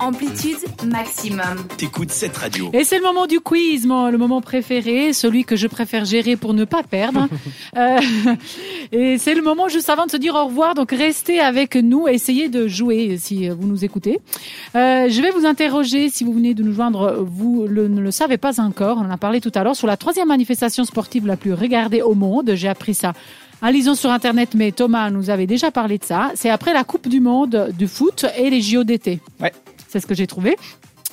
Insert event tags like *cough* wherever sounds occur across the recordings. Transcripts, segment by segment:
amplitude maximum. T'écoutes cette radio. Et c'est le moment du quiz, mon- le moment préféré, celui que je préfère gérer pour ne pas perdre. Euh, et c'est le moment juste avant de se dire au revoir, donc restez avec nous, essayez de jouer si vous nous écoutez. Euh, je vais vous interroger, si vous venez de nous joindre, vous le- ne le savez pas encore, on en a parlé tout à l'heure, sur la troisième manifestation sportive la plus regardée au monde, j'ai appris ça. En lisant Hein, sur Internet, mais Thomas nous avait déjà parlé de ça, c'est après la Coupe du Monde du foot et les JO d'été. Ouais. C'est ce que j'ai trouvé.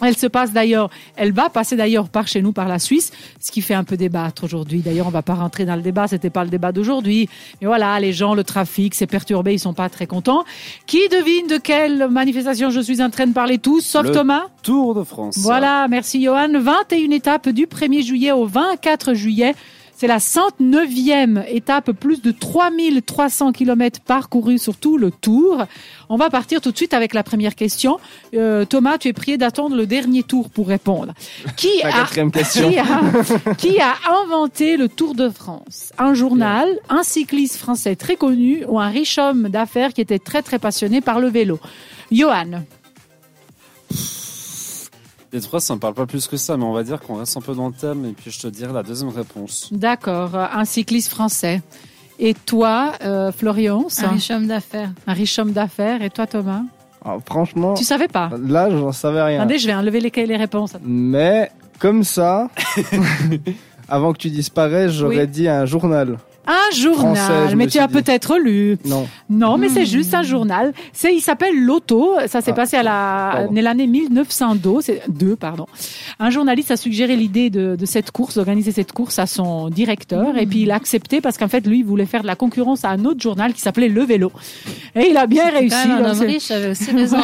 Elle se passe d'ailleurs, elle va passer d'ailleurs par chez nous, par la Suisse, ce qui fait un peu débattre aujourd'hui. D'ailleurs, on va pas rentrer dans le débat, c'était pas le débat d'aujourd'hui. Mais voilà, les gens, le trafic, c'est perturbé, ils sont pas très contents. Qui devine de quelle manifestation je suis en train de parler tous, sauf Le- Thomas Tour de France. Voilà, merci Johan. 21 étapes du 1er juillet au 24 juillet. C'est la 109e étape, plus de 3300 km parcourus sur tout le tour. On va partir tout de suite avec la première question. Euh, Thomas, tu es prié d'attendre le dernier tour *laughs* pour répondre. Qui La a, quatrième question. qui, a, qui a inventé le Tour de France Un journal, un cycliste français très connu ou un riche homme d'affaires qui était très très passionné par le vélo Johan, Les trois, ça me parle pas plus que ça, mais on va dire qu'on reste un peu dans le thème et puis je te dirai la deuxième réponse. D'accord, euh, un cycliste français. Et toi, euh, Florian, c'est Un un, riche homme d'affaires. un riche homme d'affaires. Et toi, Thomas Alors, Ah, franchement, Tu savais pas là, j'en savais rien. Attendez, je vais enlever les, les réponses. Mais comme ça, *laughs* avant que tu disparaisses, j'aurais Oui. dit un journal. Un journal, Français, je mais me tu suis as dit. peut-être lu. Non. Non, mais c'est Hmm. juste un journal. C'est, il s'appelle L'Auto. Ça s'est Ah, passé à la, pardon. à l'année 1902. C'est deux, pardon. Un journaliste a suggéré l'idée de, de cette course, d'organiser cette course à son directeur, et puis il Hmm. a accepté parce qu'en fait, lui, il voulait faire de la concurrence à un autre journal qui s'appelait Le Vélo. Et il a bien C'est réussi. quand même donc un homme c'est- riche avait aussi raison.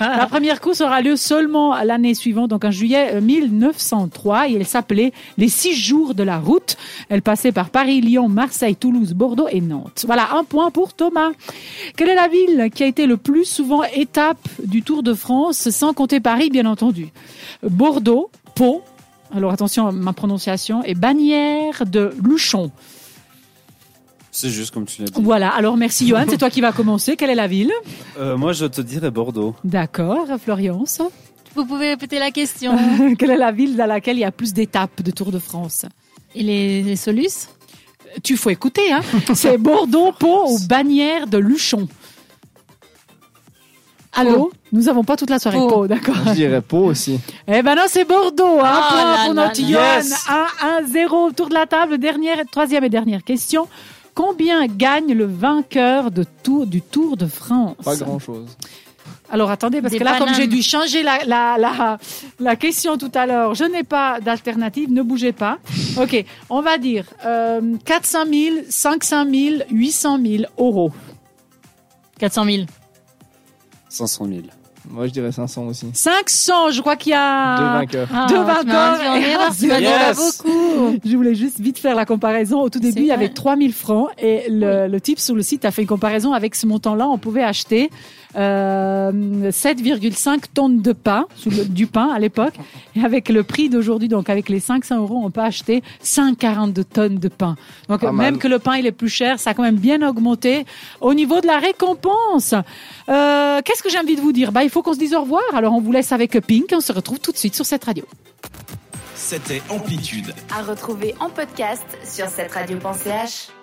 La première course aura lieu seulement l'année suivante, donc en juillet euh, 1903, et elle s'appelait les six jours de la route. Elle passait par Paris, Lyon, Marseille, Toulouse, Bordeaux et Nantes. Voilà, un point pour Thomas. Quelle est la ville qui a été le plus souvent étape du Tour de France, sans compter Paris, bien entendu Bordeaux, Pau, alors attention à ma prononciation, et Bannière de Luchon. C'est juste comme tu l'as dit. Voilà, alors merci Johan, c'est toi qui vas commencer. Quelle est la ville Euh, moi, je te dirais Bordeaux. D'accord, Florian *laughs* Vous pouvez répéter la question. *laughs* Quelle est la ville dans laquelle il y a plus d'étapes de Tour de France Euh, Et les, les solus Tu faut écouter, hein. *laughs* C'est Bordeaux, Pau ou Bannière de Luchon. Oh, Allô Nous avons pas toute la soirée. Pau. Pau, d'accord. Je *laughs* dirais Pau aussi. Eh ben non, c'est Bordeaux. Un Ah point là pour là notre là. Johan. Yes. 1-1-0 autour de la table. Dernière, troisième et dernière question. Combien gagne le vainqueur de tour, du Tour de France Pas grand chose. Alors attendez, parce Des que là, comme bananes. j'ai dû changer la, la, la, la question tout à l'heure, je n'ai pas d'alternative, ne bougez pas. Ok, on va dire euh, 400 000, 500 000, 800 000 euros. 400 000. 500 000. Moi, je dirais 500 aussi. 500, je crois qu'il y Deux a... vainqueurs. Ah, Deux tu m'as induit en vainqueurs et erreur, un tu m'as dit, Yes. bravo, beaucoup. *laughs* Je voulais juste vite faire la comparaison. Au tout début, C'est il y avait vrai. 3000 francs et le, le type sur le site a fait une comparaison avec ce montant-là. On pouvait acheter euh, 7,5 tonnes de pain, sous le- du pain à l'époque. Et avec le prix d'aujourd'hui, donc avec les 500 euros, on peut acheter 142 tonnes de pain. Donc Pas mal. même que le pain il est plus cher, ça a quand même bien augmenté au niveau de la récompense. Euh, Qu'est-ce que j'ai envie de vous dire Bah, il faut qu'on se dise au revoir. Alors on vous laisse avec Pink. On se retrouve tout de suite sur cette radio. C'était Amplitude. À retrouver en podcast sur cette radio.ch.